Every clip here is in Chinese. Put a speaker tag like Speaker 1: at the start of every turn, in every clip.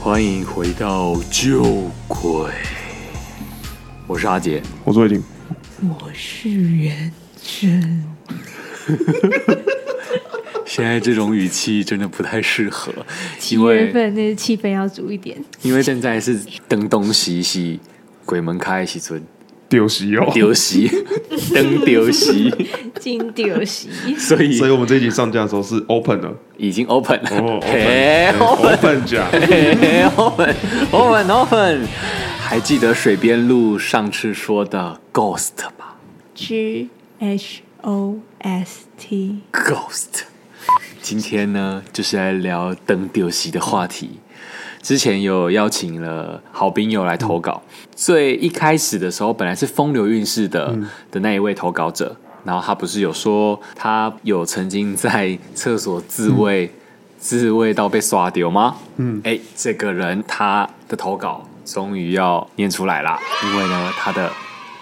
Speaker 1: 欢迎回到旧鬼，我是阿杰。
Speaker 2: 我说已经，
Speaker 3: 我是元真，
Speaker 1: 现在这种语气真的不太适合，
Speaker 3: 七
Speaker 1: 因
Speaker 3: 月
Speaker 1: 为
Speaker 3: 份那气氛要足一点。
Speaker 1: 因为现在是灯东西西，鬼门开西村
Speaker 2: 丢西哦。
Speaker 1: 丢 西灯丢西，
Speaker 3: 金丢席，
Speaker 1: 所 以
Speaker 2: 所以我们这一集上架的时候是 open 的
Speaker 1: 已经 open 了。
Speaker 2: 哦
Speaker 1: 嘿
Speaker 2: ，open 讲，
Speaker 1: 嘿 open open open，还记得水边路上次说的 ghost 吧
Speaker 3: G H O S T，
Speaker 1: ？ghost，今天呢就是来聊灯丢席的话题。之前有邀请了好兵友来投稿，最一开始的时候本来是风流韵事的、的那一位投稿者，然后他不是有说他有曾经在厕所自慰，自慰到被刷丢吗？嗯，哎，这个人他的投稿终于要念出来啦，因为呢他的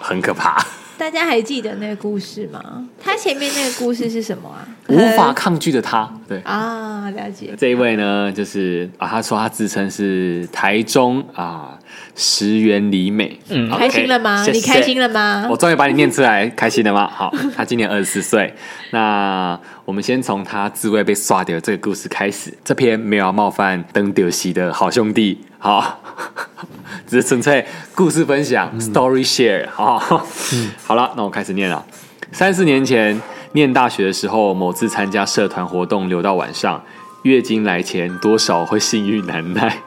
Speaker 1: 很可怕，
Speaker 3: 大家还记得那个故事吗？他前面那个故事是什么啊？
Speaker 1: 无法抗拒的他，对。
Speaker 3: 啊，了解。
Speaker 1: 这一位呢，就是啊，他说他自称是台中啊石原里美，嗯
Speaker 3: 开心了吗你开心了吗
Speaker 1: 我终于把你念出来，开心了吗？ 好，他今年二十四岁。那我们先从他自慰被刷掉这个故事开始。这篇没有要冒犯登丢西的好兄弟，好， 只是纯粹故事分享、s t o r y share 好。 好了，那我开始念了。三四年前念大学的时候，某次参加社团活动，留到晚上，月经来前多少会性欲难耐，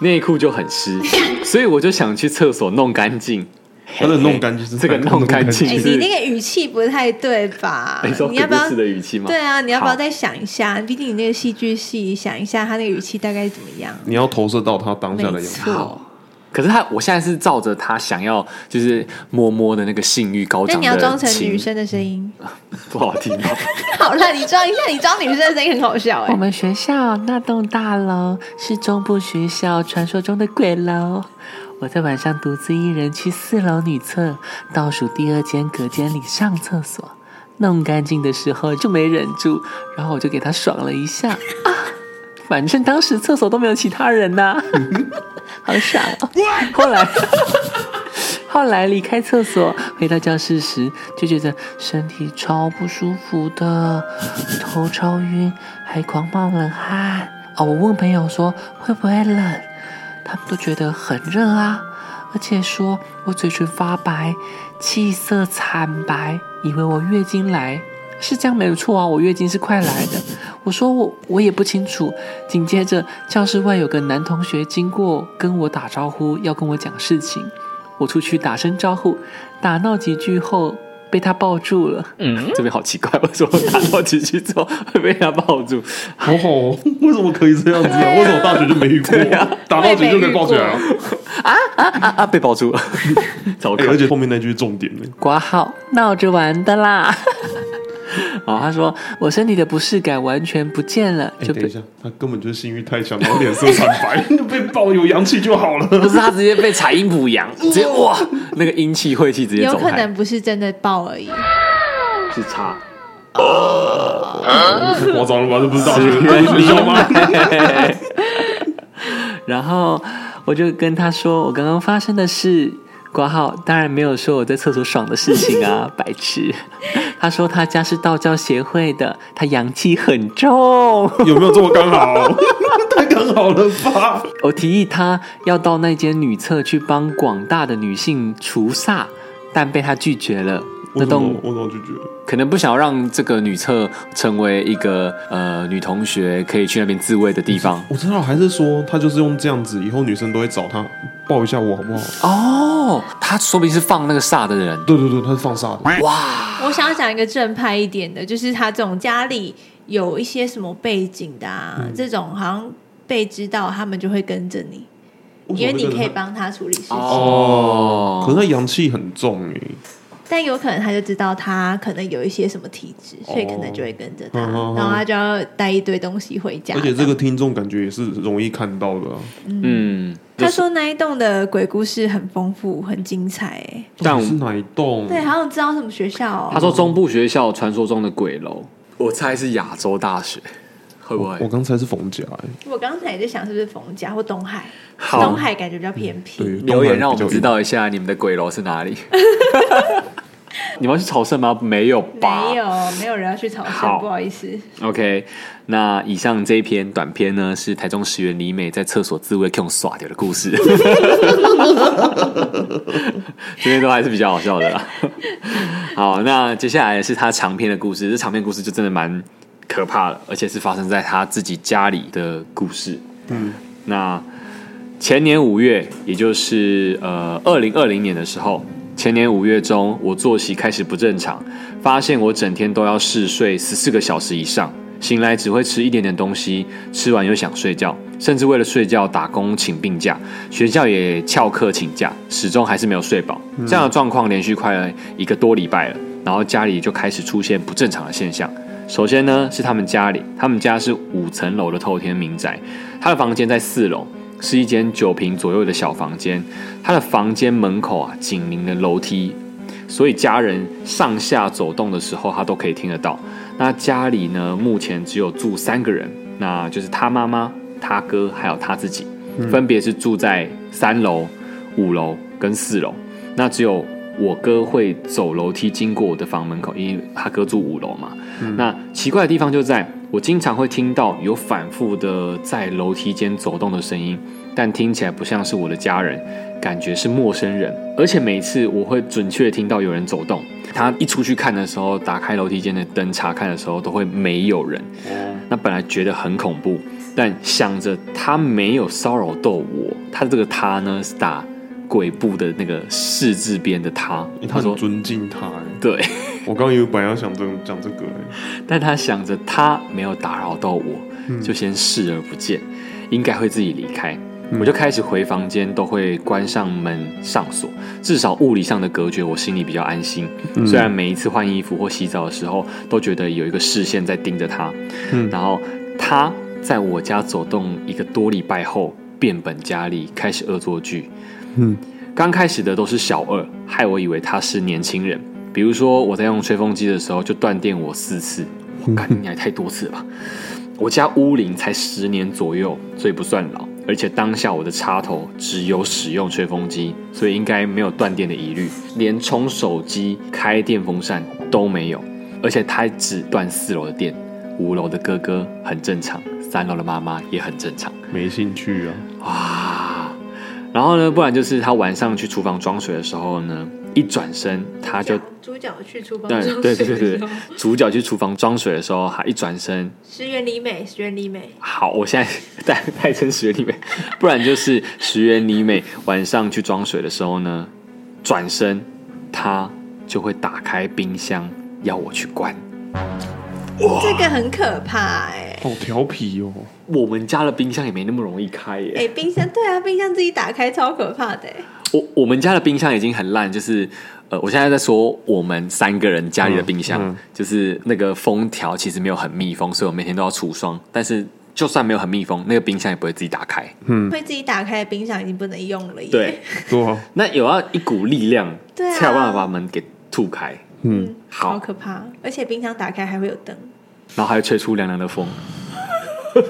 Speaker 1: 内裤就很湿，所以我就想去厕所弄干净。
Speaker 2: 他的弄干净是
Speaker 1: 这个弄干净
Speaker 3: 哎、
Speaker 1: 是
Speaker 3: 你那个语气不太对吧？
Speaker 1: 你说
Speaker 3: 你要
Speaker 1: 鬼故
Speaker 3: 不要
Speaker 1: 事？的语气吗？
Speaker 3: 对啊，你要不要
Speaker 1: 好
Speaker 3: 再想一下？毕竟你那个戏剧系，想一下他那个语气大概怎么样？
Speaker 2: 你要投射到他当下的
Speaker 3: 没
Speaker 2: 样子。哦
Speaker 3: 错。
Speaker 1: 可是他，我现在是照着他想要，就是摸摸的那个性欲高
Speaker 3: 那
Speaker 1: 涨
Speaker 3: 你要装
Speaker 1: 的
Speaker 3: 成女
Speaker 1: 情，
Speaker 3: 生的声音。
Speaker 1: 不好听吗？
Speaker 3: 好了，你装一下，你装女生的声音很好笑哎、
Speaker 4: 我们学校那栋大楼是中部学校传说中的鬼楼。我在晚上独自一人去四楼女厕倒数第二间隔间里上厕所，弄干净的时候就没忍住，然后我就给他爽了一下啊！反正当时厕所都没有其他人呐、好爽、哦。后来。后来离开厕所，回到教室时，就觉得身体超不舒服的，头超晕，还狂冒冷汗。哦，我问朋友说会不会冷，他们都觉得很热啊，而且说我嘴唇发白，气色惨白，以为我月经来。是这样没有错啊，我月经是快来的。我说我我也不清楚。紧接着教室外有个男同学经过，跟我打招呼，要跟我讲事情。我出去打声招呼，打闹几句后被他抱住了。
Speaker 2: 嗯
Speaker 1: 这边好奇怪，我说我打到进去之后会被他抱住，
Speaker 2: 好好哦，为什么可以这样子 啊？为什么大学就没遇过？打到结就可以抱起来啊？
Speaker 1: 啊啊，被抱住了， 糟
Speaker 2: 哎
Speaker 1: 糕
Speaker 2: 而！且后面那句是重点呢，
Speaker 4: 挂号闹着玩的 啦。哦，他说我身体的不适感完全不见了，
Speaker 2: 哎，
Speaker 4: 就
Speaker 2: 等
Speaker 4: 被
Speaker 2: 一、下，他根本就是性欲太强，然后脸色惨 白，就被抱有阳气就好了。
Speaker 1: 不是他直接被踩阴补阳，直接哇，那个阴气晦气直接
Speaker 3: 有
Speaker 1: 走
Speaker 3: 可
Speaker 1: 开，
Speaker 3: 能不是真的爆而已。
Speaker 1: 是差。
Speaker 2: 太夸张了吧？这不是大学
Speaker 1: 啊
Speaker 2: 大学校吗？
Speaker 4: 然后我就跟他说我刚刚发生的事。挂号当然没有说我在厕所爽的事情啊， 白痴。 他说他家是道教协会的，他阳气很重。
Speaker 2: 有没有这么刚好？ 太刚好了吧？
Speaker 4: 我提议他要到那间女厕去帮广大的女性除煞，但被他拒绝了。
Speaker 2: 我
Speaker 4: 那
Speaker 2: 怎么
Speaker 4: 栋
Speaker 2: 我怎么拒绝了？
Speaker 1: 可能不想要让这个女厕成为一个呃女同学可以去那边自慰的地方。
Speaker 2: 我知道，还是说他就是用这样子，以后女生都会找他抱一下我，好不好？
Speaker 1: 哦，他说不定是放那个煞的人，
Speaker 2: 对对对，他是放煞的，
Speaker 3: 我想要讲一个正派一点的，就是他这种家里有一些什么背景的、啊，这种好像被知道，他们就会跟着你，因为你可以。帮他处理事情。
Speaker 1: 哦
Speaker 2: 可是他阳气很重哎、
Speaker 3: 但有可能他就知道他可能有一些什么体质，所以可能就会跟着
Speaker 2: 嗯
Speaker 3: 他，
Speaker 2: 嗯嗯
Speaker 3: 然后他就要带一堆东西回家。
Speaker 2: 而且这个听众感觉也是容易看到的、啊。
Speaker 1: 嗯，
Speaker 3: 他说那一栋的鬼故事很丰富，很精彩、欸。
Speaker 1: 但
Speaker 2: 到底是哪一栋？
Speaker 3: 对，好像知道什么学校、哦。
Speaker 1: 他说中部学校传说中的鬼楼，我猜是亚洲大学，会不
Speaker 2: 我
Speaker 1: 会？
Speaker 2: 刚才是冯甲、欸，
Speaker 3: 我刚才也在想是不是冯家或东海，
Speaker 1: 好嗯
Speaker 3: 东海感觉比较偏
Speaker 2: 对，
Speaker 3: 僻。
Speaker 1: 留言让我
Speaker 2: 东
Speaker 1: 们
Speaker 2: 海比较
Speaker 1: 知道一下你们的鬼楼是哪 里。你们要去朝圣吗？没有吧？
Speaker 3: 没有，没有人要去朝圣，
Speaker 1: 好
Speaker 3: 不好意思。
Speaker 1: OK，那以上这一篇短篇呢，是台中石原里美在厕所自慰 Q 耍掉的故事，这些都还是比较好笑的啦。好，那接下来是他长篇的故事，这长篇故事就真的蛮可怕的，而且是发生在他自己家里的故事。
Speaker 2: 嗯，
Speaker 1: 那前年五月，也就是呃二零二零年的时候，前年五月中，我作息开始不正常，发现我整天都要嗜睡十四个小时以上，醒来只会吃一点点东西，吃完又想睡觉，甚至为了睡觉打工请病假，学校也翘课请假，始终还是没有睡饱。这样的状况连续快了一个多礼拜了，然后家里就开始出现不正常的现象。首先呢，是他们家里，他们家是五层楼的透天民宅，他的房间在四楼，是一间九平左右的小房间。他的房间门口啊，紧邻的楼梯，所以家人上下走动的时候，他都可以听得到。那家里呢，目前只有住三个人，那就是他妈妈、他哥还有他自己，分别是住在三楼、五楼跟四楼。那只有我哥会走楼梯经过我的房门口，因为他哥住五楼嘛。那奇怪的地方就在我经常会听到有反复的在楼梯间走动的声音，但听起来不像是我的家人，感觉是陌生人。而且每次我会准确地听到有人走动，他一出去看的时候，打开楼梯间的灯查看的时候，都会没有人。那本来觉得很恐怖，但想着他没有骚扰到我，他这个他呢是打鬼步的那个四字边的他
Speaker 2: 欸，他
Speaker 1: 他
Speaker 2: 很
Speaker 1: 说
Speaker 2: 尊敬他、欸，
Speaker 1: 对，
Speaker 2: 我刚刚有本来要想这讲这个、欸，
Speaker 1: 但他想着他没有打扰到我，就先视而不见，应该会自己离开。我就开始回房间，都会关上门上锁，至少物理上的隔绝，我心里比较安心。
Speaker 2: 嗯
Speaker 1: 虽然每一次换衣服或洗澡的时候，都觉得有一个视线在盯着他。
Speaker 2: 嗯
Speaker 1: 然后他在我家走动一个多礼拜后，变本加厉，开始恶作剧。
Speaker 2: 嗯，
Speaker 1: 刚开始的都是小二，害我以为他是年轻人。比如说我在用吹风机的时候就断电我四次，
Speaker 2: 嗯
Speaker 1: 我干你还太多次了吧？我家屋龄才十年左右，所以不算老。而且当下我的插头只有使用吹风机，所以应该没有断电的疑虑，连充手机、开电风扇都没有。而且他只断四楼的电，五楼的哥哥很正常，三楼的妈妈也很正常。
Speaker 2: 没兴趣啊，
Speaker 1: 哇！然后呢，不然就是他晚上去厨房装水的时候呢，一转身他就
Speaker 3: 主角去厨房
Speaker 1: 对
Speaker 3: 装
Speaker 1: 对
Speaker 3: 水
Speaker 1: 对
Speaker 3: 的
Speaker 1: 对
Speaker 3: 时
Speaker 1: 对
Speaker 3: 候，
Speaker 1: 主角去厨房装水的时候，他一转身，
Speaker 3: 石原里美，石原里美，
Speaker 1: 好，我现在 代代称石原里美，不然就是石原里美晚上去装水的时候呢，转身他就会打开冰箱要我去关。
Speaker 3: 这个很可怕哎、
Speaker 2: 好调皮哦、
Speaker 1: 我们家的冰箱也没那么容易开耶、
Speaker 3: 哎、冰箱对啊，冰箱自己打开超可怕的、欸。
Speaker 1: 我我们家的冰箱已经很烂，就是呃，我现在在说我们三个人家里的冰箱，
Speaker 2: 嗯嗯
Speaker 1: 就是那个封条其实没有很密封，所以我每天都要除霜。但是就算没有很密封，那个冰箱也不会自己打开。
Speaker 3: 会自己打开的冰箱已经不能用了耶。
Speaker 1: 对，
Speaker 2: 对啊，
Speaker 1: 那有要一股力量，
Speaker 3: 对啊
Speaker 1: 才有办法把门给吐开，
Speaker 2: 嗯，
Speaker 1: 好
Speaker 3: 好可怕！而且冰箱打开还会有灯，
Speaker 1: 然后还会吹出凉凉的风。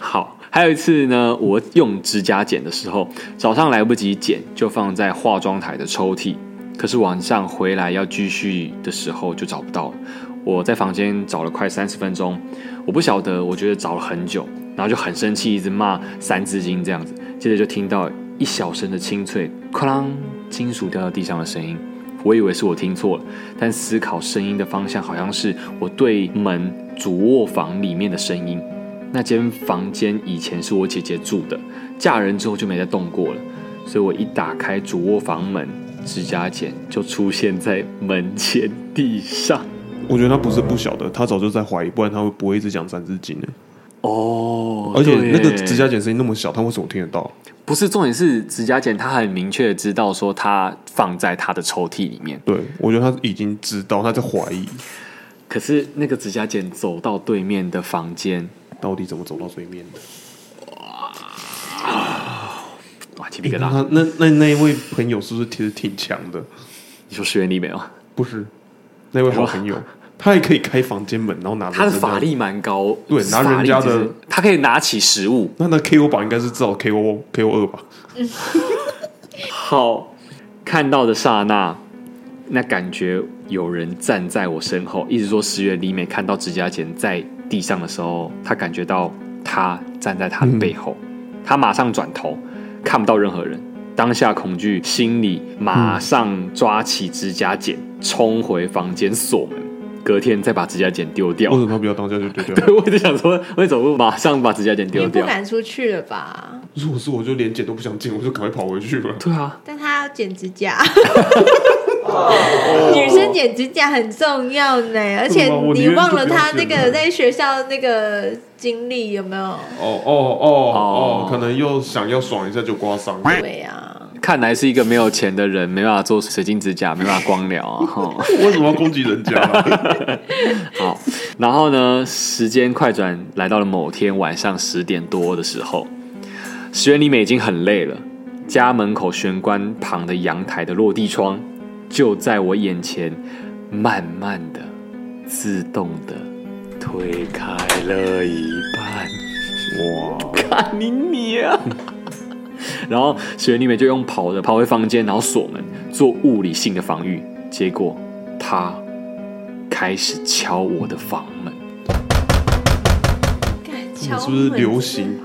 Speaker 1: 好，还有一次呢，我用指甲剪的时候，早上来不及剪，就放在化妆台的抽屉。可是晚上回来要继续的时候就找不到了。我在房间找了快三十分钟，我不晓得，我觉得找了很久，然后就很生气，一直骂《三字经》这样子。接着就听到一小声的清脆“哐啷”金属掉到地上的声音，我以为是我听错了，但思考声音的方向好像是我对门主卧房里面的声音。那间房间以前是我姐姐住的，嫁人之后就没再动过了，所以我一打开主卧房门，指甲剪就出现在门前地上。
Speaker 2: 我觉得他不是不晓得，他早就在怀疑，不然他会不会一直讲三字经呢、
Speaker 1: 哦，
Speaker 2: 而且那
Speaker 1: 对
Speaker 2: 个
Speaker 1: 耶
Speaker 2: 指甲剪声音那么小，他为什么听得到？
Speaker 1: 不是重点是指甲剪，他很明确的知道说他放在他的抽屉里面，
Speaker 2: 对，我觉得他已经知道，他在怀疑
Speaker 1: 可是那个指甲剪走到对面的房间，
Speaker 2: 到底怎么走到对面的。
Speaker 1: 哇，鸡皮
Speaker 2: 欸
Speaker 1: 疙
Speaker 2: 那
Speaker 1: 瘩！
Speaker 2: 他那那那一位朋友是不是其实挺强的？
Speaker 1: 你说石原里美吗？
Speaker 2: 不是，那位好朋友，他还可以开房间门，然后拿着
Speaker 1: 他的
Speaker 2: 人家
Speaker 1: 法。力蛮高，
Speaker 2: 对拿人家的
Speaker 1: 法力就是他可以拿起食物。
Speaker 2: 那那 KO 榜应该是至少 KO KO 二吧？
Speaker 1: 好，看到的刹那，那感觉有人站在我身后，一直说石原里美看到指甲剪在地上的时候，她感觉到他站在她的背后，
Speaker 2: 嗯
Speaker 1: 她马上转头，看不到任何人。当下恐惧，心里马上抓起指甲剪，冲回房间锁门，隔天再把指甲剪丢掉
Speaker 2: 为。什么他不要当下就丢掉？
Speaker 1: 对， 我就想说，为什么不马上把指甲剪
Speaker 3: 你
Speaker 1: 丢
Speaker 3: 也不
Speaker 1: 掉？
Speaker 3: 敢出去了吧？
Speaker 2: 如果是我就连捡都不想捡，我就赶快跑回去吧。
Speaker 1: 对啊，
Speaker 3: 但他要剪 指甲，女生剪指甲很重要呢。而且
Speaker 2: 哦我宁
Speaker 3: 你
Speaker 2: 愿
Speaker 3: 忘了
Speaker 2: 就不要
Speaker 3: 她那
Speaker 2: 剪
Speaker 3: 个
Speaker 2: 了
Speaker 3: 在学校那个经历有没有？
Speaker 2: 哦哦哦
Speaker 1: 哦
Speaker 2: 哦，可能又想要爽一下就刮伤。
Speaker 3: 对啊呀，
Speaker 1: 看来是一个没有钱的人，没办法做水晶指甲，没办法光疗啊。哈
Speaker 2: 为什么要攻击人 家啊？
Speaker 1: 好，然后呢，时间快转来到了某天晚上十点多的时候，石原里美已经很累了，家门口玄关旁的阳台的落地窗就在我眼前，慢慢的、自动的推开了一半。
Speaker 2: 哇！
Speaker 1: 干你你啊！ 然后雪原里美就用跑的跑回房间，然后锁门做物理性的防御。结果他开始敲我的房门，
Speaker 3: 干
Speaker 2: 你
Speaker 3: 敲
Speaker 2: 是不是
Speaker 3: 门
Speaker 2: 流行？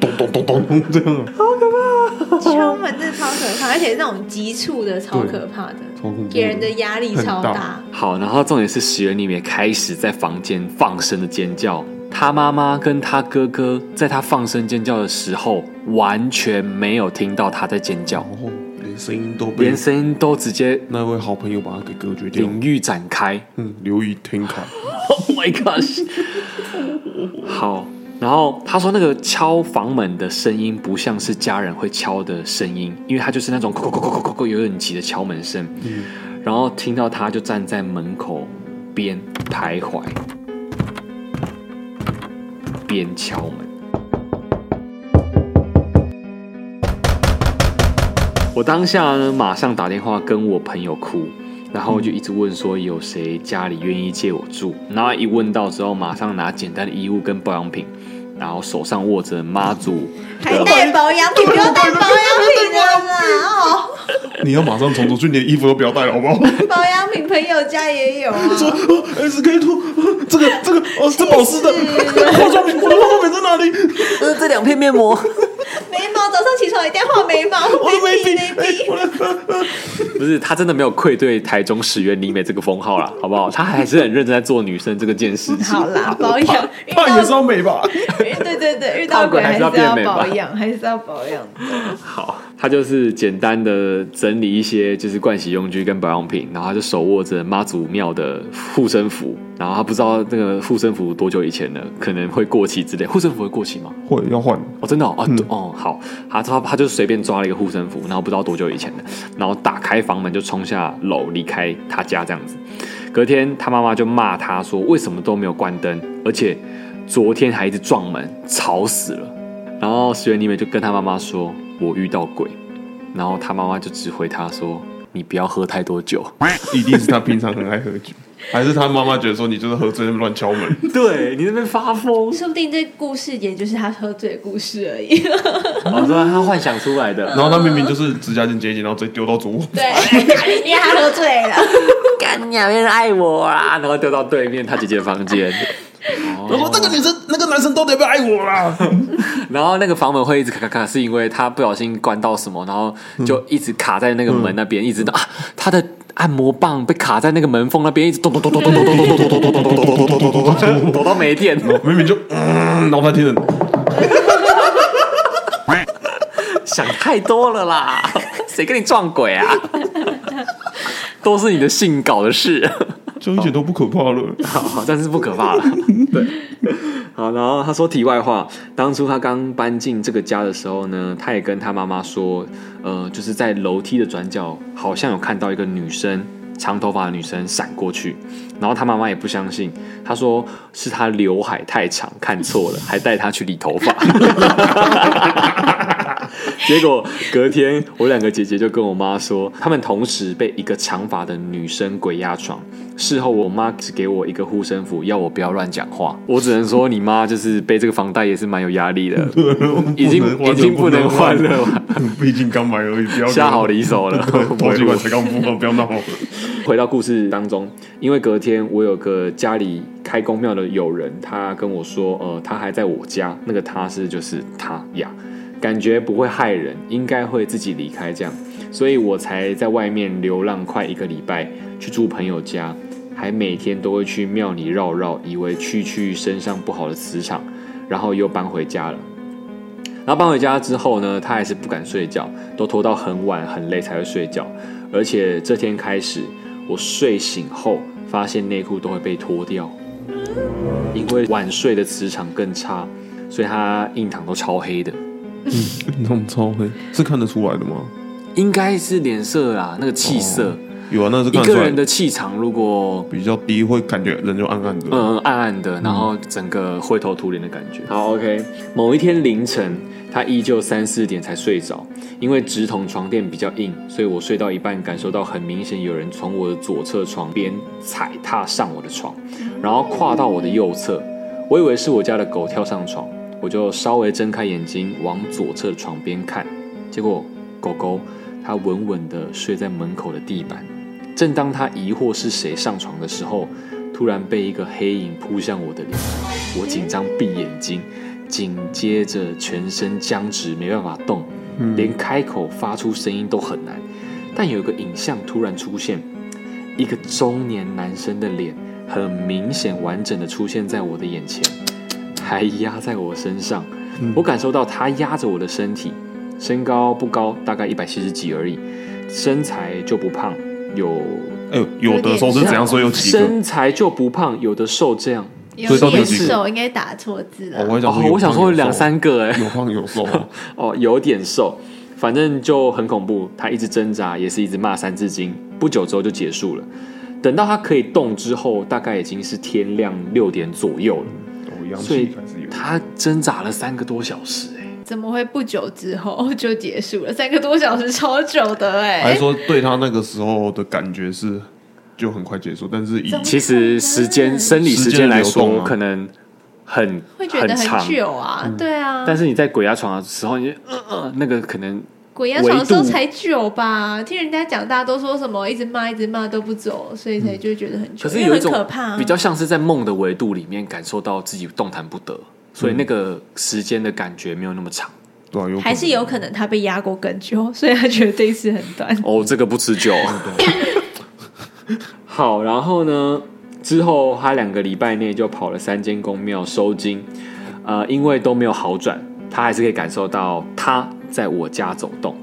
Speaker 2: 咚咚咚咚咚这样啊，
Speaker 3: 敲门真的超可怕，而且那种急促的超
Speaker 2: 对
Speaker 3: 可怕的，
Speaker 2: 超恐怖的
Speaker 3: 给人的压力超
Speaker 2: 很
Speaker 3: 大
Speaker 2: 大。
Speaker 1: 好，然后重点是石原里美开始在房间放声的尖叫。她妈妈跟她哥哥在她放声尖叫的时候，完全没有听到她在尖叫，
Speaker 2: 然后连声音都被
Speaker 1: 连声音都直接
Speaker 2: 那位好朋友把他给隔绝掉，
Speaker 1: 领域展开。
Speaker 2: 嗯，流于天凯，
Speaker 1: Oh my gosh！好，然后他说那个敲房门的声音不像是家人会敲的声音，因为他就是那种“叩叩叩叩叩叩”有点急的敲门声。然后听到他就站在门口边徘徊，边敲门。我当下呢，马上打电话跟我朋友哭，然后就一直问说有谁家里愿意借我住，然后一问到之后，马上拿简单的衣物跟保养品，然后手上握着妈祖
Speaker 3: 还带保养品，不要带保养品了 啦！哦，
Speaker 2: 你要马上冲出去，你的衣服都不要带了，好不 好？
Speaker 3: 保养品朋友家也有啊。
Speaker 2: 说 S K two，这 个这个哦，这保湿的
Speaker 3: 是
Speaker 2: 化妆品，我的化妆品在哪 里？
Speaker 4: 呃，这两片面膜，
Speaker 3: 眉毛早上起床一定要画眉毛，
Speaker 2: 我的眉笔
Speaker 3: 眉笔眉，
Speaker 2: 哎
Speaker 3: 笔。
Speaker 2: 我的
Speaker 1: 不是，他真的没有愧对台中始源里美这个封号啦，好不好？他还是很认真在做女生这件事情。
Speaker 3: 好 啦，保养遇
Speaker 2: 怕也是
Speaker 3: 到
Speaker 2: 要美吧？
Speaker 3: 哎对对对，遇
Speaker 1: 到
Speaker 3: 到
Speaker 1: 鬼
Speaker 3: 鬼
Speaker 1: 还
Speaker 3: 还
Speaker 1: 是
Speaker 3: 是
Speaker 1: 要
Speaker 3: 要
Speaker 1: 变美吧
Speaker 3: 保养，还是要保养的。
Speaker 1: 好，他就是简单的整理一些就是盥洗用具跟保养品，然后他就手握着妈祖庙的护身符，然后他不知道这个护身符多久以前了，可能会过期之类。护身符会过期吗？
Speaker 2: 会要换，
Speaker 1: 哦，真的哦，哦，对哦好，他他他就随便抓了一个护身符，然后不知道多久以前的，然后打开房门就冲下楼离开他家这样子。隔天他妈妈就骂他说为什么都没有关灯，而且昨天还一直撞门，吵死了。然后石原里美就跟他妈妈说我遇到鬼，然后他妈妈就只回他说你不要喝太多酒。
Speaker 2: 一定是他平常很爱喝酒，还是他妈妈觉得说你就是喝醉乱敲 门？
Speaker 1: 对你那边发疯，
Speaker 3: 说不定这故事也就是他喝醉的故事而已。
Speaker 1: 我哦说他幻想出来的。
Speaker 2: 然后他明明就是指甲剪剪一剪，然后直接丢到主卧。
Speaker 3: 对， 因为他喝醉了。
Speaker 4: 干你啊，没人爱我啦！
Speaker 1: 啊，然后掉到对面他姐姐的房间，
Speaker 2: 我说那个女生，那个男生到底要不要爱我 啦？
Speaker 1: 然后那个房门会一直咔咔咔，是因为他不小心关到什么，然后就一直卡在那个门那边，一直到啊，他的按摩棒被卡在那个门缝那边，一直咚咚咚咚咚咚咚咚咚咚咚咚咚咚咚咚，抖到没电。
Speaker 2: 明明就嗯，然后他听着，
Speaker 1: 想太多了啦，谁跟你撞鬼啊？都是你的性搞的事。
Speaker 2: 就一点都不可怕了。
Speaker 1: 好，但是不可怕了。对，好，然后他说题外话，当初他刚搬进这个家的时候呢，他也跟他妈妈说，呃，就是在楼梯的转角，好像有看到一个女生，长头发的女生闪过去，然后他妈妈也不相信，他说是他刘海太长看错了，还带他去理头发。 结果隔天，我两个姐姐就跟我妈说，她们同时被一个长发的女生鬼压床。事后，我妈只给我一个护身符，要我不要乱讲话。我只能说，你妈就是背这个房贷也是蛮有压力的，已 经
Speaker 2: 不能
Speaker 1: 已经不能换了 吧，
Speaker 2: 毕竟刚买而已，不要
Speaker 1: 下好离手 了。
Speaker 2: 头几块才刚付完，不要闹。
Speaker 1: 回到故事当中，因为隔天我有个家里开公庙的友人，他跟我说，呃，他还在我家，那个他是就是他呀，感觉不会害人，应该会自己离开这样，所以我才在外面流浪快一个礼拜，去住朋友家，还每天都会去庙里绕绕，以为去去身上不好的磁场，然后又搬回家了。然后搬回家之后呢，他还是不敢睡觉，都拖到很晚很累才会睡觉。而且这天开始，我睡醒后发现内裤都会被脱掉，因为晚睡的磁场更差，所以他印堂都超黑的，
Speaker 2: 你怎么超黑？是看得出来的吗？
Speaker 1: 应该是脸色啦，那个气色，
Speaker 2: 有啊，那是看
Speaker 1: 一
Speaker 2: 得出
Speaker 1: 个
Speaker 2: 来
Speaker 1: 人。的气场如果。
Speaker 2: 比较低，会感觉人就暗暗的。
Speaker 1: 嗯，暗暗的，然后整个灰头土脸的感觉。好，OK。某一天凌晨，他依旧三四点才睡着，因为直筒床垫比较硬，所以我睡到一半感受到很明显有人从我的左侧床边踩踏上我的床，然后跨到我的右侧。我以为是我家的狗跳上床，我就稍微睁开眼睛往左侧的床边看，结果狗狗它稳稳的睡在门口的地板。正当他疑惑是谁上床的时候，突然被一个黑影扑向我的脸，我紧张闭眼睛，紧接着全身僵直，没办法动，连开口发出声音都很难。但有一个影像突然出现，一个中年男生的脸很明显完整的出现在我的眼前，还压在我身上。我感受到他压着我的身体，身高不高，大概一百七十几而已，身材就不胖，有
Speaker 2: 哎呦，有的时候是怎样？所以有几个，
Speaker 1: 身材就不胖，有的瘦这样。
Speaker 3: 有
Speaker 2: 所以到底
Speaker 3: 野
Speaker 2: 几个
Speaker 3: 兽应该打错字
Speaker 2: 哦
Speaker 3: 了。
Speaker 2: 我还想
Speaker 1: 哦
Speaker 2: 说有，
Speaker 1: 我想
Speaker 2: 胖
Speaker 1: 说
Speaker 2: 有
Speaker 1: 两
Speaker 2: 瘦
Speaker 1: 三个哎、
Speaker 2: 有胖 有瘦啊，
Speaker 1: 哦，有点瘦，反正就很恐怖。他一直挣扎，也是一直骂《三字经》，不久之后就结束了。等到他可以动之后，大概已经是天亮六点左右了，
Speaker 2: 哦，阳
Speaker 1: 所
Speaker 2: 气
Speaker 1: 以
Speaker 2: 还是有。
Speaker 1: 他挣扎了三个多小时、哎，
Speaker 3: 怎么会不久之后就结束了？三个多小时，超久的
Speaker 2: 还
Speaker 3: 哎、
Speaker 2: 是说对他那个时候的感觉是就很快结束，但是以
Speaker 3: 怎么
Speaker 1: 其实时间生理时间来
Speaker 2: 时间的流
Speaker 1: 说，
Speaker 2: 动啊
Speaker 1: 可能很
Speaker 3: 会觉得
Speaker 1: 长嗯
Speaker 3: 很，久啊，对啊。
Speaker 1: 但是你在鬼压床的时候，你就呃呃那个可能
Speaker 3: 鬼压床的时候
Speaker 1: 维度
Speaker 3: 才久吧？听人家讲，大家都说什么一直骂一直骂都不走，所以才就觉得很久，
Speaker 1: 嗯可是
Speaker 3: 因
Speaker 1: 有
Speaker 3: 为
Speaker 1: 一
Speaker 3: 很
Speaker 1: 种
Speaker 3: 可怕、啊。
Speaker 1: 比较像是在梦的维度里面感受到自己动弹不得，所以那个时间的感觉没有那么长。
Speaker 2: 对啊，有可能
Speaker 3: 还是有可能他被压过更久，所以他觉得这一次很短。
Speaker 1: 哦，这个不持久。 好，然后呢，之后他两个礼拜内就跑了三间公庙收金，呃，因为都没有好转，他还是可以感受到他在我家走动。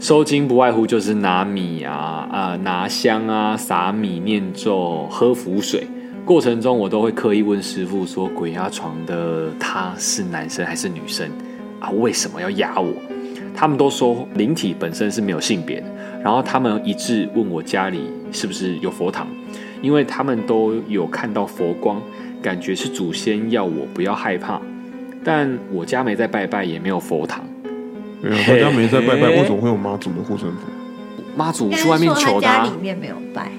Speaker 1: 收金不外乎就是拿米啊、啊、拿香啊、撒米、念咒、喝符水。过程中，我都会刻意问师傅说：“鬼压床的他是男生还是女生啊？为什么要压我？”他们都说灵体本身是没有性别的，然后他们一致问我家里是不是有佛堂，因为他们都有看到佛光，感觉是祖先要我不要害怕，但我家没在拜拜，也没有佛堂，
Speaker 2: 没有大家没在拜拜，
Speaker 1: 嘿
Speaker 2: 为什么会有妈祖的护身符？
Speaker 1: 妈祖去外面求
Speaker 3: 应该说他
Speaker 1: 的
Speaker 3: 家
Speaker 1: 啊、
Speaker 3: 里面没有拜，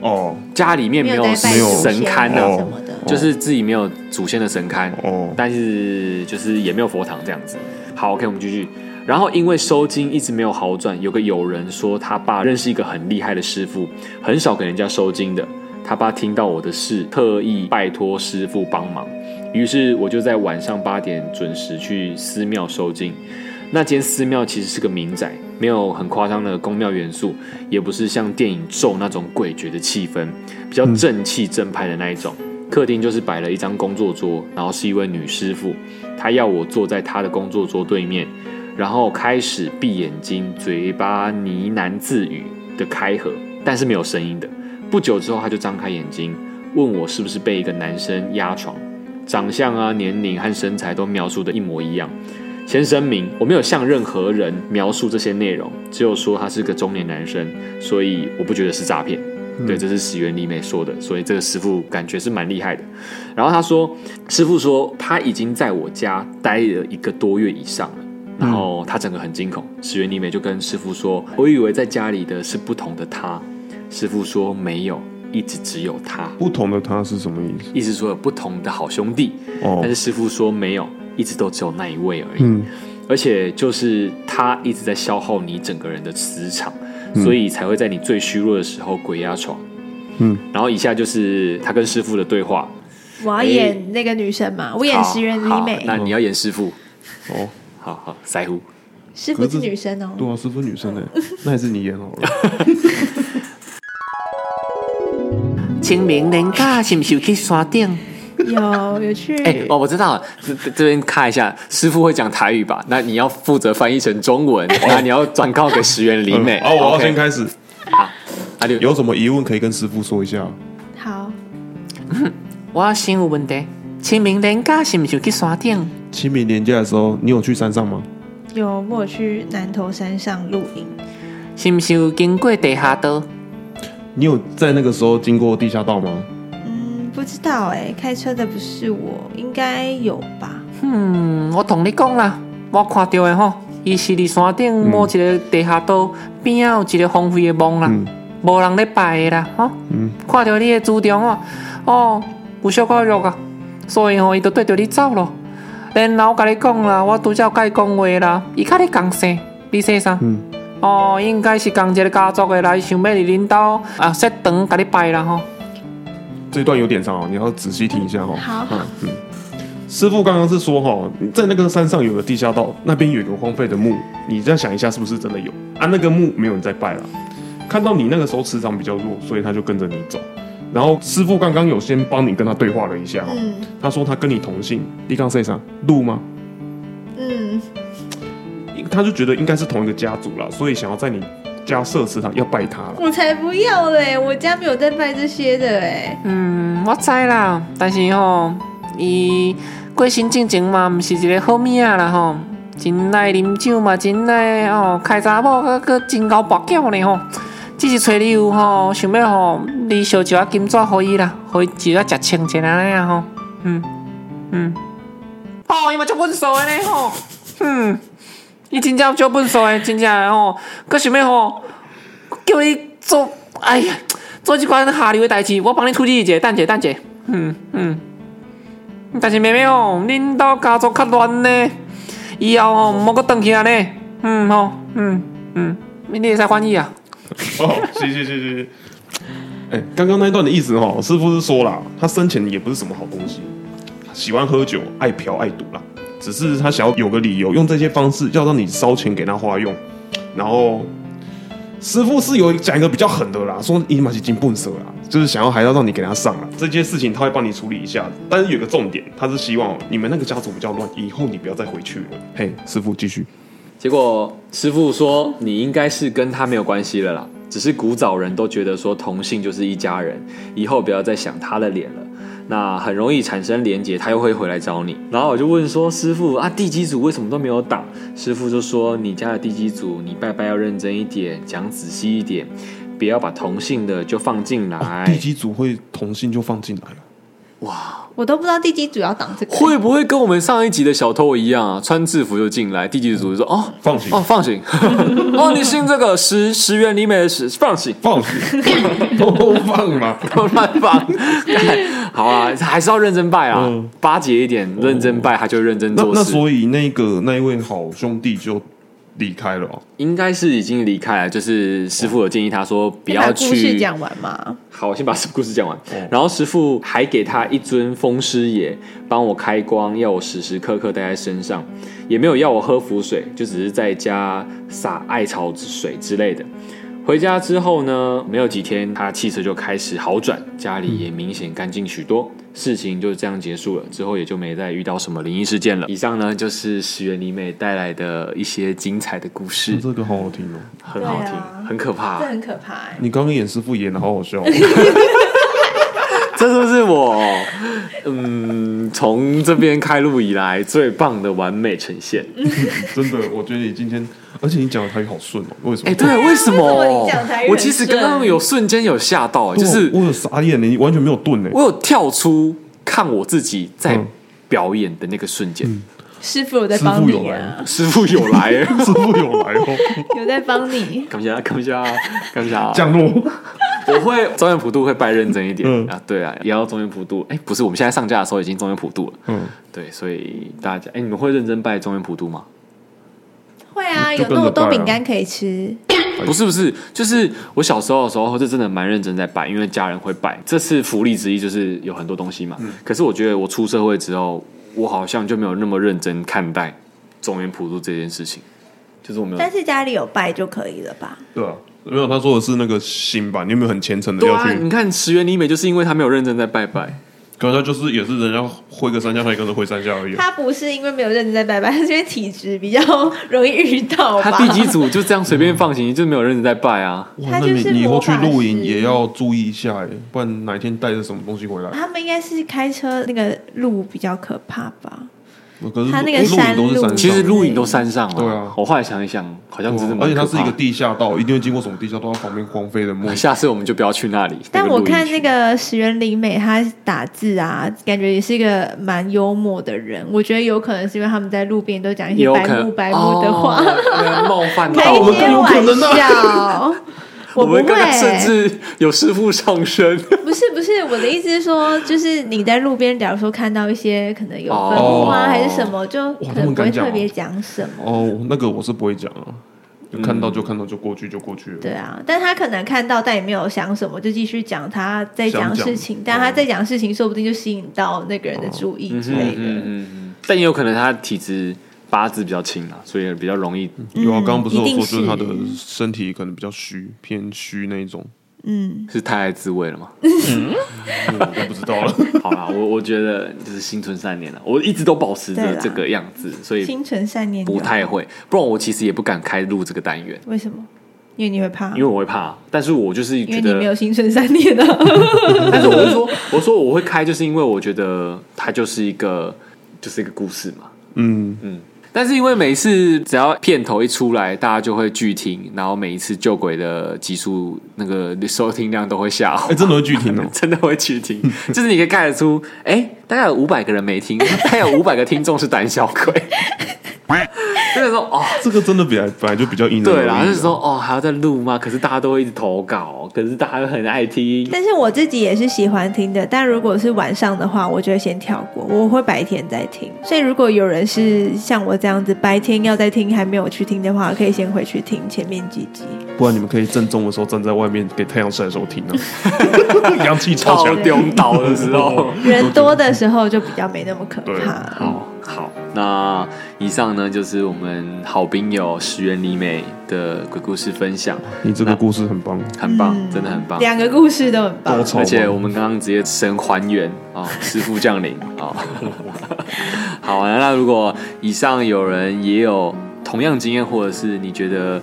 Speaker 2: 哦
Speaker 1: 家里面没有
Speaker 3: 在拜祖
Speaker 1: 神
Speaker 3: 先
Speaker 1: 龛
Speaker 2: 没有
Speaker 1: 啊，
Speaker 3: 什么的。
Speaker 2: 哦
Speaker 1: 就是自己没有祖先的神龛，
Speaker 2: 哦，
Speaker 1: 但是就是也没有佛堂这样子。好，OK，我们继续。然后因为收金一直没有好转，有个友人说他爸认识一个很厉害的师傅，很少给人家收金的。他爸听到我的事，特意拜托师傅帮忙。于是我就在晚上八点准时去寺庙收金。那间寺庙其实是个民宅，没有很夸张的宫庙元素，也不是像电影《咒》那种诡谲的气氛，比较正气正派的那一种。客厅就是摆了一张工作桌，然后是一位女师傅，她要我坐在她的工作桌对面，然后开始闭眼睛，嘴巴呢喃自语的开合，但是没有声音的。不久之后，她就张开眼睛，问我是不是被一个男生压床，长相啊、年龄和身材都描述的一模一样。先声明，我没有向任何人描述这些内容，只有说他是个中年男生，所以我不觉得是诈骗。对，这是石原里美说的，所以这个师傅感觉是蛮厉害的。然后他说，师傅说他已经在我家待了一个多月以上了，然后他整个很惊恐。石原里美就跟师傅说：“我以为在家里的是不同的他。”师傅说：“没有，一直只有他。
Speaker 2: 不同的他是什么意思？”
Speaker 1: 意思说有不同的好兄弟，
Speaker 2: 哦
Speaker 1: 但是师傅说没有，一直都只有那一位而已。
Speaker 2: 嗯，
Speaker 1: 而且就是他一直在消耗你整个人的磁场，所以才会在你最虚弱的时候鬼压床。
Speaker 2: 嗯，
Speaker 1: 然后以下就是他跟师傅的对话。啊
Speaker 3: 我要演那个女神嘛，我演石原里
Speaker 1: 哦好
Speaker 3: 美
Speaker 1: 那，你要演师傅，
Speaker 2: 哦，
Speaker 1: 好好腮胡。
Speaker 3: 师傅是女生哦。
Speaker 2: 对啊，师傅女生呢，那还是你演好哦了。
Speaker 4: 清明年假是不是有去山顶？
Speaker 3: 有有去，
Speaker 1: 哎、哦，我知道了，这这这边看一下，师傅会讲台语吧？那你要负责翻译成中文，那你要转告给石原里美。
Speaker 2: 嗯 好，我要
Speaker 1: OK，
Speaker 2: 先开始。
Speaker 1: 啊，就
Speaker 2: 有什么疑问可以跟师傅说一下？
Speaker 3: 好，
Speaker 4: 我先有问题，清明年假是不是有去山顶？
Speaker 2: 清明年假的时候，你有去山上吗？
Speaker 3: 有我有去南头山上露营，
Speaker 4: 是不是有经过地下道？
Speaker 2: 你有在那个时候经过地下道吗？
Speaker 3: 嗯，不知道哎、开车的不是我，应该有吧？
Speaker 4: 嗯，我同你讲啦，我看到的吼，伊是伫山
Speaker 2: 嗯
Speaker 4: 顶某一个地下道边啊有一个荒废的墓啦
Speaker 2: 嗯，
Speaker 4: 无、人咧拜的啦，吼、
Speaker 2: 嗯
Speaker 4: 看到你的主张哦，哦，有小可弱啊，所以吼、伊就对着你走咯。然后我甲你讲啦，我拄则有甲伊讲话啦，伊甲你共姓，你姓啥？
Speaker 2: 嗯
Speaker 4: 哦，应该是共一个家族的来，想要伫恁兜啊设堂甲你拜啦吼。
Speaker 2: 这段有点长哦，你要仔细听一下哦。
Speaker 3: 好
Speaker 2: 嗯嗯。师傅刚刚是说哈，在那个山上有个地下道，那边有一个荒废的墓，你这样想一下，是不是真的有啊？那个墓没有人在拜了，看到你那个时候磁场比较弱，所以他就跟着你走。然后师傅刚刚有先帮你跟他对话了一下哦，
Speaker 3: 嗯
Speaker 2: 他说他跟你同姓，你刚谁上路吗？
Speaker 3: 嗯，
Speaker 2: 他就觉得应该是同一个家族啦，所以想要在你家设祠堂要拜他了。
Speaker 3: 我才不要嘞、我家没有在拜这些的哎、
Speaker 4: 嗯，我知啦，但是吼、伊过身进前嘛，毋是一个好物仔啦吼，真爱啉酒嘛，真爱吼开查某，佮佮真够跋筊呢吼。只是找理由吼，想要吼你烧一啊金纸互伊啦，互伊一啊食清一安尼啊吼，嗯嗯，吼伊嘛足本数的呢吼，嗯，伊真正足本数的，真正的吼，佮想要吼叫你做，哎呀。做一款下流的代志，我帮你处理一下，等者等者。嗯嗯。但是妹妹哦，恁兜家族较乱呢，以后哦毋好阁转去啊呢。嗯吼、嗯嗯，你会使翻译啊？
Speaker 2: 哦，行行行行。哎，刚刚那一段的意思哈、师傅是说啦，他生前也不是什么好东西，喜欢喝酒，爱嫖，爱赌啦，只是他想要有个理由，用这些方式要让你烧钱给他花用。然后师傅是有讲一个比较狠的啦，说你嘛是金笨蛇啦，就是想要还要让你给他上啦，这些事情他会帮你处理一下。但是有个重点，他是希望哦你们那个家族比较乱，以后你不要再回去了。嘿，师傅继续。
Speaker 1: 结果师傅说你应该是跟他没有关系了啦，只是古早人都觉得说同性就是一家人，以后不要再想他的脸了。那很容易产生连结，他又会回来找你。然后我就问说：“师傅啊，地基组为什么都没有打？”师傅就说：“你家的地基组，你拜拜要认真一点，讲仔细一点，不要把同性的就放进来。
Speaker 2: 哦，地基组会同性就放进来了。
Speaker 3: 我都不知道地基主要挡这 个，
Speaker 1: 会不会跟我们上一集的小偷一样啊？穿制服就进来，地基组就说：‘哦，
Speaker 2: 放行
Speaker 1: 哦，放 行哦，你信这个十十元里美的十放行。’
Speaker 2: 放屁，都放嘛。
Speaker 1: 乱放。干好啊，还是要认真拜啊
Speaker 2: 嗯，
Speaker 1: 巴结一点，认真拜，他就认真
Speaker 2: 那
Speaker 1: 做
Speaker 2: 那
Speaker 1: 事。
Speaker 2: 所以那个那一位好兄弟就离开了、哦。
Speaker 1: 应该是已经离开了，就是师傅有建议他说不
Speaker 3: 把
Speaker 1: 要
Speaker 3: 故事
Speaker 1: 去。
Speaker 3: 讲完嘛。
Speaker 1: 好，我先把故事讲完。然后师傅还给他一尊风师爷，帮我开光，要我时时刻刻带在身上，也没有要我喝符水，就只是在家洒艾草水之类的。回家之后呢，没有几天，他气色就开始好转，家里也明显干净许多。事情就这样结束了，之后也就没再遇到什么灵异事件了。以上呢，就是石原里美带来的一些精彩的故事，
Speaker 2: 这个好好听哦，
Speaker 1: 很好听，
Speaker 3: 对啊
Speaker 1: 很可怕、
Speaker 3: 这很可怕哎、
Speaker 2: 你刚刚演师傅演的好好 笑哦、
Speaker 1: 这就是我，嗯，从这边开录以来最棒的完美呈现。
Speaker 3: 嗯
Speaker 2: 真的，我觉得你今天，而且你讲的台语好顺哦、为什么？
Speaker 1: 哎，对，为什
Speaker 3: 为什么
Speaker 1: 么
Speaker 3: 你讲台语？很
Speaker 1: 我其实刚刚有瞬间有吓到，就是
Speaker 2: 我有傻眼呢，你完全没有顿呢。
Speaker 1: 我有跳出看我自己在
Speaker 2: 嗯
Speaker 1: 表演的那个瞬间，
Speaker 3: 师傅有在
Speaker 2: 师
Speaker 3: 帮
Speaker 2: 傅有
Speaker 3: 你
Speaker 2: 来
Speaker 3: 啊，，
Speaker 1: 师傅有来 耶，
Speaker 2: 师傅有来哦，
Speaker 3: 有在帮你。
Speaker 1: 感谢啊感谢感谢。啊
Speaker 2: 降落。
Speaker 1: 我会中原普渡会拜认真一点、
Speaker 2: 嗯
Speaker 1: 啊，对啊，也要中原普渡。哎、不是，我们现在上架的时候已经中原普渡了，
Speaker 2: 嗯，
Speaker 1: 对，所以大家，哎、你们会认真拜中原普渡吗？
Speaker 3: 会啊，
Speaker 2: 就
Speaker 3: 有
Speaker 2: 跟着
Speaker 3: 那么多
Speaker 2: 拜啊
Speaker 3: 饼干可以吃。
Speaker 1: 不是不是，就是我小时候的时候是真的蛮认真在拜，因为家人会拜，这是福利之一，就是有很多东西嘛。
Speaker 2: 嗯
Speaker 1: 可是我觉得我出社会之后，我好像就没有那么认真看待中原普渡这件事情，就是我没有
Speaker 5: 但是家里有拜就可以了吧？
Speaker 2: 对啊，没有，他说的是那个心吧，你有没有很虔诚的
Speaker 1: 对
Speaker 2: 要
Speaker 1: 啊，
Speaker 2: 去
Speaker 1: 你？看石原里美就是因为他没有认真在拜拜，
Speaker 2: 可能他就是也是人家挥个三下，他也跟着挥三下而已啊。
Speaker 3: 他不是因为没有认真在拜拜，他是因为体质比较容易遇到吧
Speaker 1: 他。第几组就这样随便放行，就没有认真在拜啊。
Speaker 2: 哇，
Speaker 3: 他
Speaker 2: 那
Speaker 3: 就
Speaker 2: 你
Speaker 3: 是
Speaker 2: 你以后
Speaker 3: 魔
Speaker 2: 去
Speaker 3: 法
Speaker 2: 露营
Speaker 3: 师
Speaker 2: 也要注意一下哎，不然哪一天带着什么东西回来？
Speaker 3: 他们应该是开车那个路比较可怕吧？
Speaker 2: 可是
Speaker 3: 他那个
Speaker 2: 露营都是
Speaker 3: 山路
Speaker 2: 山上，
Speaker 1: 其实露营都山上了，
Speaker 2: 对啊
Speaker 1: 我后来想一想，好像真的
Speaker 2: 而
Speaker 1: 蛮
Speaker 2: 且
Speaker 1: 可怕的，
Speaker 2: 它是一个地下道，一定会经过什么地下道，它旁边荒废 的墓
Speaker 1: 那。下次我们就不要去那里。
Speaker 3: 但
Speaker 1: 那个
Speaker 3: 我
Speaker 1: 露营
Speaker 3: 看
Speaker 1: 区
Speaker 3: 那个石原里美，她打字啊，感觉也是一个蛮幽默的人。我觉得有可能是因为他们在路边都讲一
Speaker 1: 也
Speaker 3: 些
Speaker 1: 有
Speaker 3: 白
Speaker 1: 可
Speaker 3: 目白目的话，
Speaker 1: 哦那个冒犯
Speaker 3: 开
Speaker 1: 到
Speaker 3: 一
Speaker 1: 我们
Speaker 3: 些
Speaker 2: 有可能
Speaker 3: 玩笑。我
Speaker 1: 我
Speaker 3: 不会
Speaker 1: 们，刚刚甚至有师傅上身，
Speaker 3: 不是不是，哦我的意思是说，就是你在路边，假如说看到一些可能有
Speaker 1: 哦
Speaker 3: 坟墓啊、还是什么，就
Speaker 2: 哇
Speaker 3: 可
Speaker 2: 他
Speaker 3: 能
Speaker 2: 们
Speaker 3: 不
Speaker 2: 敢
Speaker 3: 会
Speaker 2: 讲哦
Speaker 3: 特别讲什么。
Speaker 2: 哦，那个我是不会讲啊，就看
Speaker 1: 嗯
Speaker 2: 到就看到就过去就过去了。
Speaker 3: 对啊，但他可能看到，但也没有想什么，就继续讲他在讲事情。
Speaker 2: 想讲
Speaker 3: 但他在讲事情，说不定就吸引到那个人的注意之类的。
Speaker 1: 嗯，但也有可能他体质八字比较轻啊，所以比较容易。
Speaker 2: 有啊，刚刚不是有
Speaker 3: 一定
Speaker 2: 说，就是他的
Speaker 3: 是
Speaker 2: 身体可能比较虚，偏虚那一种。
Speaker 3: 嗯，
Speaker 1: 是太爱自慰 了吗？
Speaker 2: 嗯我不知道了，
Speaker 1: 好啦，我我觉得就是心存善念了，啊我一直都保持
Speaker 3: 对
Speaker 1: 着
Speaker 3: 啦
Speaker 1: 这个样 子，所以
Speaker 3: 心存善念就好。
Speaker 1: 不太会。不然我其实也不敢开录这个单元，
Speaker 3: 为什么？因为你会怕，
Speaker 1: 因为我会怕。但是我就是
Speaker 3: 因
Speaker 1: 觉
Speaker 3: 为你没有
Speaker 1: 得，
Speaker 3: 心存善念啊。
Speaker 1: 但是我是说，我说我会开，就是因为我觉得它就是一个就是一个故事嘛。
Speaker 2: 嗯，
Speaker 1: 但是因为每一次只要片头一出来，大家就会拒听，然后每一次救鬼的集数那个收听量都会下滑。
Speaker 2: 哎，。真的会拒听哦
Speaker 1: 真的会拒听，就是你可以看得出，哎、大概有五百个人没 听，大概有五百个听众是胆小鬼。就是说，哦，
Speaker 2: 这个真的比本来就比较因人
Speaker 1: 对
Speaker 2: 而啊
Speaker 1: 啦，
Speaker 2: 异
Speaker 1: 就是说，哦，还要再录吗？可是大家都会一直投稿，可是大家又很爱听。
Speaker 3: 但是我自己也是喜欢听的，但如果是晚上的话，我就会先跳过，我会白天再听。所以如果有人是像我这样子白天要再听还没有去听的话，可以先回去听前面几集。
Speaker 2: 不然你们可以正中的时候站在外面给太阳晒的时候听 啊，阳气超
Speaker 1: 超
Speaker 2: 强。
Speaker 1: 丢倒的时 候，
Speaker 3: 人多的时候就比较没那么可怕。
Speaker 1: 好好，那以上呢就是我们好兵友石原里美的鬼故事分享，
Speaker 2: 你这个故事很棒，
Speaker 1: 很棒，真的很棒。
Speaker 3: 两个故事都很棒
Speaker 2: 高。超
Speaker 1: 而且
Speaker 2: 棒
Speaker 1: 我们刚刚直接神还原啊、哦，师傅降临啊。哦 好啊，那如果以上有人也有同样经验，或者是你觉得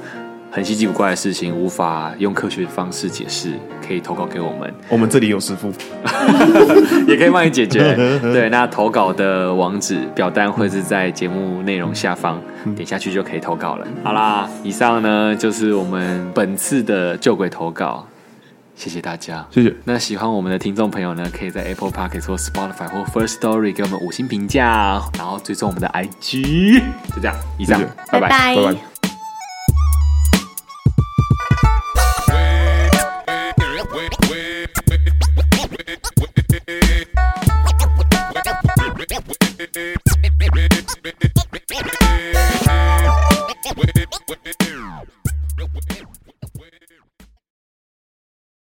Speaker 1: 很稀奇古怪的事情，无法用科学方式解释，可以投稿给我们。
Speaker 2: 我们这里有师傅，
Speaker 1: 也可以帮你解决。对，那投稿的网址表单会是在节目内容下方，点下去就可以投稿了。好啦，以上呢就是我们本次的救鬼投稿，谢谢大家。
Speaker 2: 谢谢。
Speaker 1: 那喜欢我们的听众朋友呢，可以在 Apple Park 或 Spotify 或 First Story 给我们五星评价，然后追踪我们的 IG。就这样，以上
Speaker 2: 谢谢，
Speaker 1: 拜拜
Speaker 2: 拜拜。